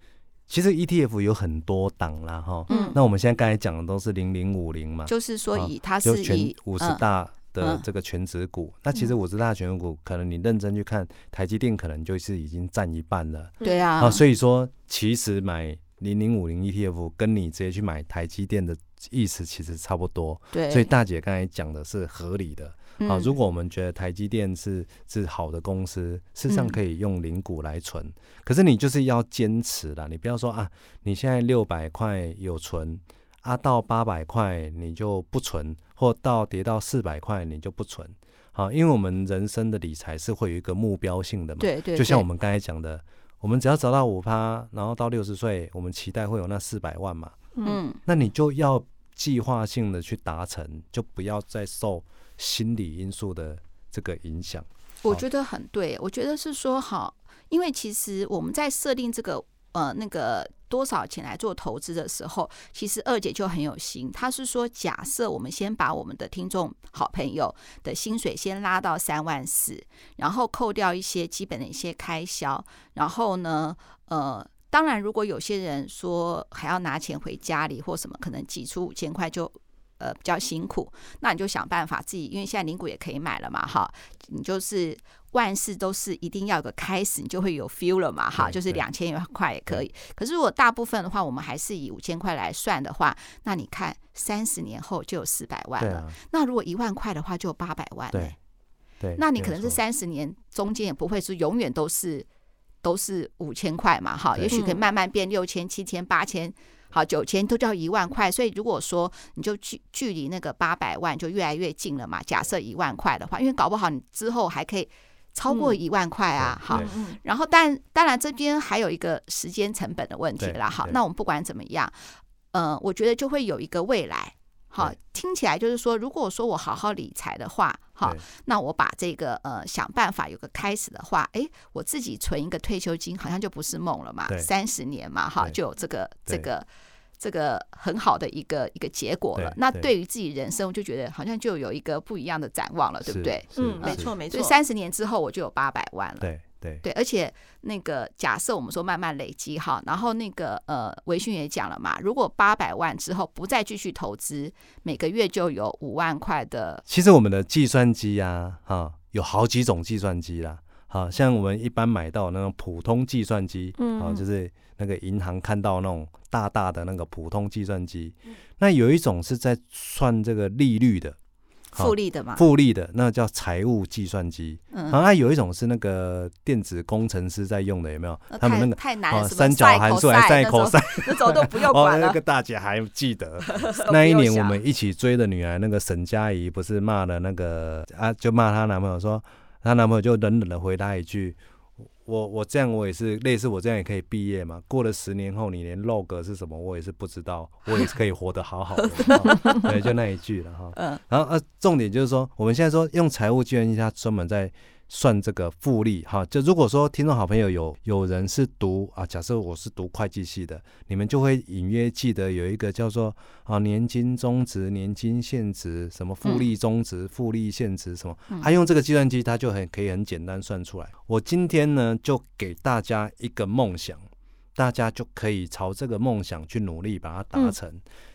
Speaker 3: 其实 ETF 有很多档啦哈。
Speaker 1: 嗯
Speaker 3: 那我们现在刚才讲的都是零零五零嘛，
Speaker 1: 就是说
Speaker 3: 啊
Speaker 1: 以它
Speaker 3: 就是全
Speaker 1: 以
Speaker 3: 五十
Speaker 1: 嗯
Speaker 3: 大的
Speaker 1: 嗯
Speaker 3: 这个全指股。那其实五十大全指股，可能你认真去看，台积电可能就是已经占一半了。
Speaker 1: 对啊，
Speaker 3: 啊，所以说其实买零零五零 ETF 跟你直接去买台积电的意思其实差不多，
Speaker 1: 对，
Speaker 3: 所以大姐刚才讲的是合理的。啊，
Speaker 1: 嗯
Speaker 3: 如果我们觉得台积电是是好的公司，事实上
Speaker 1: 嗯
Speaker 3: 可以用零股来存，可是你就是要坚持啦，你不要说啊，你现在六百块有存，啊到八百块你就不存，或到跌到四百块你就不存。好，因为我们人生的理财是会有一个目标性的嘛，
Speaker 1: 对对，
Speaker 3: 就像
Speaker 1: 对
Speaker 3: 我们刚才讲的，我们只要找到五趴，然后到六十岁，我们期待会有那四百万嘛，
Speaker 2: 嗯，
Speaker 1: 嗯
Speaker 3: 那你就要计划性的去达成，就不要再受心理因素的这个影响。
Speaker 1: 我
Speaker 3: 好
Speaker 1: 觉得很对，我觉得是说好，因为其实我们在设定这个呃那个多少钱来做投资的时候，其实二姐就很有心，她是说假设我们先把我们的听众好朋友的薪水先拉到三万四，然后扣掉一些基本的一些开销，然后呢，呃。当然，如果有些人说还要拿钱回家里或什么，可能挤出五千块就呃比较辛苦，那你就想办法自己，因为现在零股也可以买了嘛，哈，你就是万事都是一定要有个开始，你就会有 feel 了嘛，哈，
Speaker 3: 对
Speaker 1: 就是
Speaker 3: 对
Speaker 1: 两千元块也可以。可是如果大部分的话，我们还是以五千块来算的话，那你看三十年后就有四百万
Speaker 3: 对
Speaker 1: 了。
Speaker 3: 啊，
Speaker 1: 那如果一万块的话，就有八百万、欸。
Speaker 3: 对，对。
Speaker 1: 那你
Speaker 3: 没有
Speaker 1: 可能这
Speaker 3: 错
Speaker 1: 三十年中间也不会是永远都是都是五千块嘛，哈，
Speaker 3: 对
Speaker 1: 也许可以
Speaker 2: 嗯
Speaker 1: 慢慢变六千、七千、八千，好九千都叫一万块。所以如果说你就距距离那个八百万就越来越近了嘛，假设一万块的话，因为搞不好你之后还可以超过
Speaker 2: 嗯
Speaker 1: 一万块啊，
Speaker 3: 对
Speaker 1: 好，
Speaker 3: 对
Speaker 2: 嗯
Speaker 1: 然后但当然这边还有一个时间成本的问题
Speaker 3: 对
Speaker 1: 啦。好，
Speaker 3: 对
Speaker 1: 那我们不管怎么样，呃，我觉得就会有一个未来。好
Speaker 3: 对，
Speaker 1: 听起来就是说，如果说我好好理财的话，好
Speaker 3: 对，
Speaker 1: 那我把这个呃想办法有个开始的话，诶，我自己存一个退休金，好像就不是梦了嘛，
Speaker 3: 对
Speaker 1: 三十年嘛，哈，
Speaker 3: 对
Speaker 1: 就有这个这
Speaker 3: 对
Speaker 1: 个这个很好的一个一个结果了。
Speaker 3: 对
Speaker 1: 那
Speaker 3: 对
Speaker 1: 对于自己人生，我就觉得好像就有一个不一样的展望了，对不
Speaker 3: 是
Speaker 1: 对？？
Speaker 3: 是
Speaker 2: 嗯，没，
Speaker 3: 是
Speaker 2: 错没
Speaker 1: 所以
Speaker 2: 错，
Speaker 1: 三十年之后，我就有八百万了。
Speaker 3: 对对
Speaker 1: 对，而且那个假设我们说慢慢累积哈，然后那个呃，维讯也讲了嘛，如果八百万之后不再继续投资，每个月就有五万块的，
Speaker 3: 其实我们的计算机啊，哈、有好几种计算机啦。好、像我们一般买到那种普通计算机，
Speaker 2: 嗯
Speaker 3: 啊，就是那个银行看到那种大大的那个普通计算机。
Speaker 1: 嗯
Speaker 3: 那有一种是在算这个利率的，好
Speaker 1: 复利的嘛，
Speaker 3: 复利的，那叫财务计算机。
Speaker 1: 啊嗯，
Speaker 3: 好、啊，有一种是那个电子工程师在用的，有没有？他们那个
Speaker 1: 呃太太难
Speaker 3: 啊，
Speaker 1: 了，什么
Speaker 3: 三角函数、
Speaker 1: cosine
Speaker 3: 还
Speaker 1: 那
Speaker 3: 口
Speaker 1: 种
Speaker 3: 塞，
Speaker 1: 那种都不用
Speaker 3: 哦，
Speaker 1: 管了
Speaker 3: 那个。大姐还 记得。
Speaker 1: 都不
Speaker 3: 那一
Speaker 1: 用
Speaker 3: 年我
Speaker 1: 想
Speaker 3: 们一起追的女孩，那个沈佳宜不是骂了那个啊，就骂她男朋友说，她男朋友就冷冷的回答一句：“我我这样我也是类似我这样也可以毕业嘛？过了十年后，你连 log 是什么我也是不 知道，我也是可以活得好好的。哈对，就那一句了哈。
Speaker 1: 嗯
Speaker 3: 然后呃，重点就是说，我们现在说用财务计算机，它专门在算这个复利哈。就如果说听众好朋友有有人是读啊，假设我是读会计系的，你们就会隐约记得有一个叫做啊年金中值、年金现值、什么复利中值、复利现值什么，他用这个计算机，他就很可以很简单算出来。我今天呢，就给大家一个梦想。大家就可以朝这个梦想去努力，把它达成。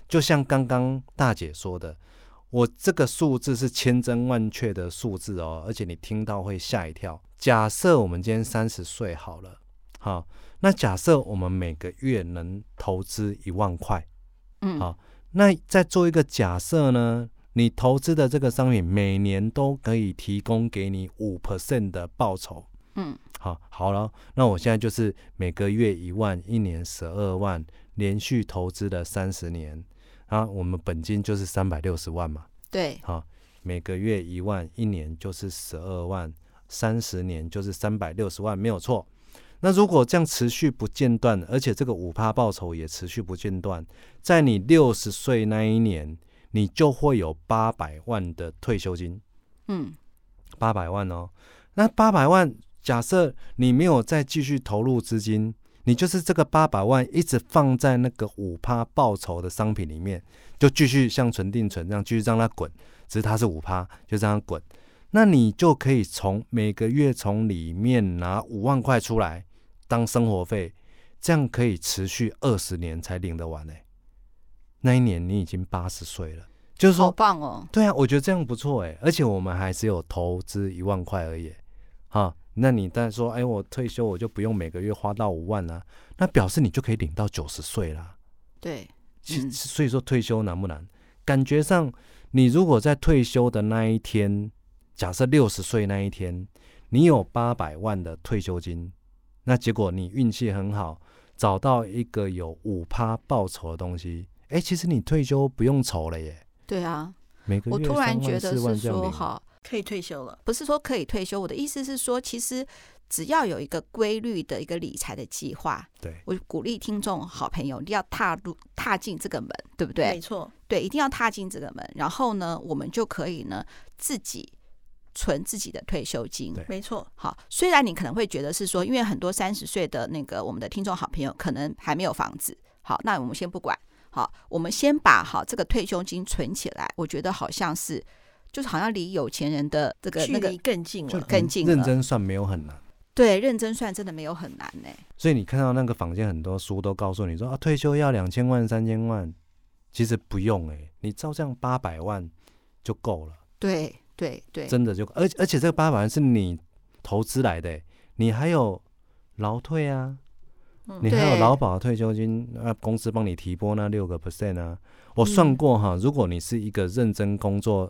Speaker 3: 就像刚刚大姐说的，我这个数字是千真万确的数字哦，而且你听到会吓一跳。假设我们今天三十岁好了，好，那假设我们每个月能投资一万块，
Speaker 1: 嗯，
Speaker 3: 好那再做一个假设呢，你投资的这个商品每年都可以提供给你五 percent 的报酬，
Speaker 1: 嗯，
Speaker 3: 好，好了，那我现在就是每个月一万，一年十二万，连续投资了三十年，啊，我们本金就是三百六十万嘛，
Speaker 1: 对，
Speaker 3: 好，每个月一万，一年就是十二万，三十年就是三百六十万，没有错。那如果这样持续不间断，而且这个五趴报酬也持续不间断，在你六十岁那一年，你就会有八百万的退休金。
Speaker 1: 嗯
Speaker 3: 八百万哦。那八百万，假设你没有再继续投入资金，你就是这个八百万一直放在那个五趴报酬的商品里面，就继续像存定存这样继续让它滚，只是它是五趴，就这样滚。那你就可以从每个月从里面拿五万块出来当生活费，这样可以持续二十年才领得完呢、欸那一年你已经八十岁了，就是说
Speaker 1: 好棒哦，
Speaker 3: 对啊，我觉得这样不错哎，而且我们还只有投资一万块而已，哈。那你但说，哎，我退休我就不用每个月花到五万啦、那表示你就可以领到九十岁啦。
Speaker 1: 对，
Speaker 3: 其
Speaker 1: 嗯
Speaker 3: 所以说退休难不难？感觉上，你如果在退休的那一天，假设六十岁那一天，你有八百万的退休金，那结果你运气很好，找到一个有五趴报酬的东西，哎，其实你退休不用愁了耶。
Speaker 1: 对啊，
Speaker 3: 每个月
Speaker 1: 我突然
Speaker 3: 3万
Speaker 1: 觉得
Speaker 3: 4万
Speaker 1: 是
Speaker 3: 这样
Speaker 1: 说
Speaker 3: 领
Speaker 1: 哈，
Speaker 2: 可以退休了。
Speaker 1: 不是说可以退休，我的意思是说，其实只要有一个规律的一个理财的计划，
Speaker 3: 对
Speaker 1: 我鼓励听众好朋友一定要踏入踏进这个门，对不
Speaker 2: 没
Speaker 1: 对？
Speaker 2: 错，
Speaker 1: 对，一定要踏进这个门，然后呢，我们就可以呢自己存自己的退休金。
Speaker 3: 对
Speaker 2: 没错，
Speaker 1: 好，虽然你可能会觉得是说，因为很多三十岁的那个我们的听众好朋友可能还没有房子，好，那我们先不管，好，我们先把好这个退休金存起来，我觉得好像是，就是好像离有钱人的这个
Speaker 2: 距
Speaker 1: 那个
Speaker 2: 离更近
Speaker 3: 就
Speaker 2: 了。
Speaker 1: 更近
Speaker 3: 认
Speaker 1: 了
Speaker 3: 真算没有很难。
Speaker 1: 对认真算真的没有很难呢、
Speaker 3: 所以你看到那个坊间很多书都告诉你说啊，退休要两千万、三千万，其实不用哎、你照这样八百万就够了，
Speaker 1: 对对对，
Speaker 3: 真的就够。而且而且这个八百万是你投资来的、欸，你还有劳退啊，
Speaker 2: 嗯
Speaker 3: 你还有
Speaker 1: 对
Speaker 3: 劳保退休金啊，公司帮你提拨那六个 percent 啊。我算过哈，如果你是一个认真工作，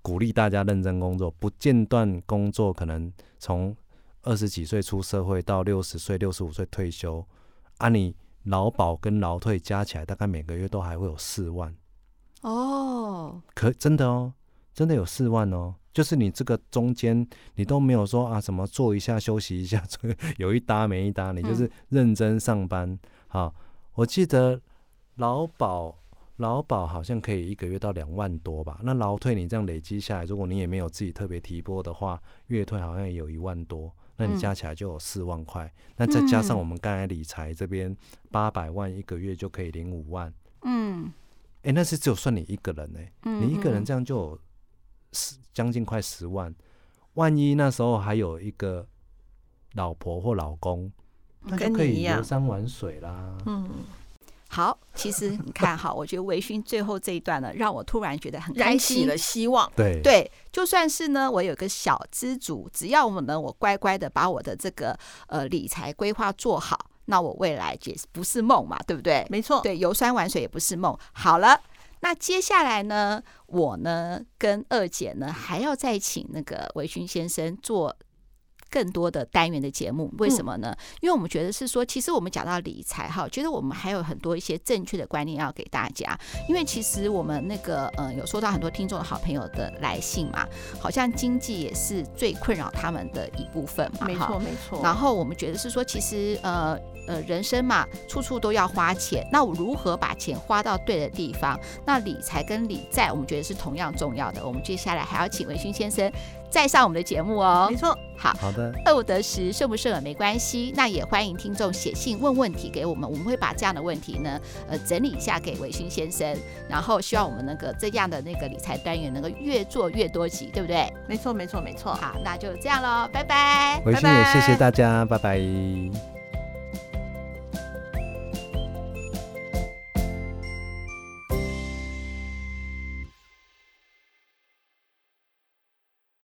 Speaker 3: 鼓励大家认真工作，不间断工作，可能从二十几岁出社会到六十岁、六十五岁退休，啊，你劳保跟劳退加起来，大概每个月都还会有四万，
Speaker 1: 哦，
Speaker 3: 可真的哦，真的有四万哦。就是你这个中间，你都没有说啊什么坐一下休息一下，有一搭没一搭，你就是认真上班。好，我记得劳保劳保好像可以一个月到两万多吧，那劳退你这样累积下来，如果你也没有自己特别提拨的话，月退好像也有一万多，那你加起来就有四万块。那再加上我们刚才理财这边八百万一个月就可以领五万，
Speaker 1: 嗯
Speaker 3: 哎、那是只有算你一个人呢、
Speaker 1: 嗯，
Speaker 3: 你一个人这样就有十将近快十万。万一那时候还有一个老婆或老公，那就
Speaker 2: 跟
Speaker 3: 可
Speaker 2: 你一
Speaker 3: 以
Speaker 2: 样
Speaker 3: 游山玩水啦。
Speaker 2: 嗯，
Speaker 1: 好，其实你看哈，我觉得微醺最后这一段呢，让我突然觉得很
Speaker 2: 燃
Speaker 1: 开
Speaker 2: 起
Speaker 1: 心
Speaker 2: 了。希望。
Speaker 3: 对
Speaker 1: 对，就算是呢，我有个小资主，只要我呢，我乖乖的把我的这个呃理财规划做好，那我未来也不是梦嘛，对不对？
Speaker 2: 没错，
Speaker 1: 对，游山玩水也不是梦。好了，那接下来呢，我呢跟二姐呢还要再请那个维勋先生做。更多的单元的节目，
Speaker 2: 嗯
Speaker 1: 为什么呢？因为我们觉得是说，其实我们讲到理财哈，觉得我们还有很多一些正确的观念要给大家。因为其实我们那个呃有收到很多听众的好朋友的来信嘛，好像经济也是最困扰他们的一部分嘛，
Speaker 2: 没
Speaker 1: 哈
Speaker 2: 错，没错。
Speaker 1: 然后我们觉得是说，其实呃呃，人生嘛，处处都要花钱。那我如何把钱花到对的地方？那理财跟理债，我们觉得是同样重要的。我们接下来还要请文勋先生再上我们的节目哦
Speaker 2: 没。错，
Speaker 3: 好的，
Speaker 1: 二五得十，顺不顺耳没关系。那也欢迎听众写信问问题给我们，我们会把这样的问题呢，呃，整理一下给维勋先生。然后希望我们能够这样的那个理财单元能够越做越多集，对不对？
Speaker 2: 没错，没错，没错。
Speaker 1: 好，那就这样喽，拜拜。
Speaker 3: 维
Speaker 2: 拜
Speaker 3: 新也谢谢
Speaker 2: 拜
Speaker 3: 大家，拜拜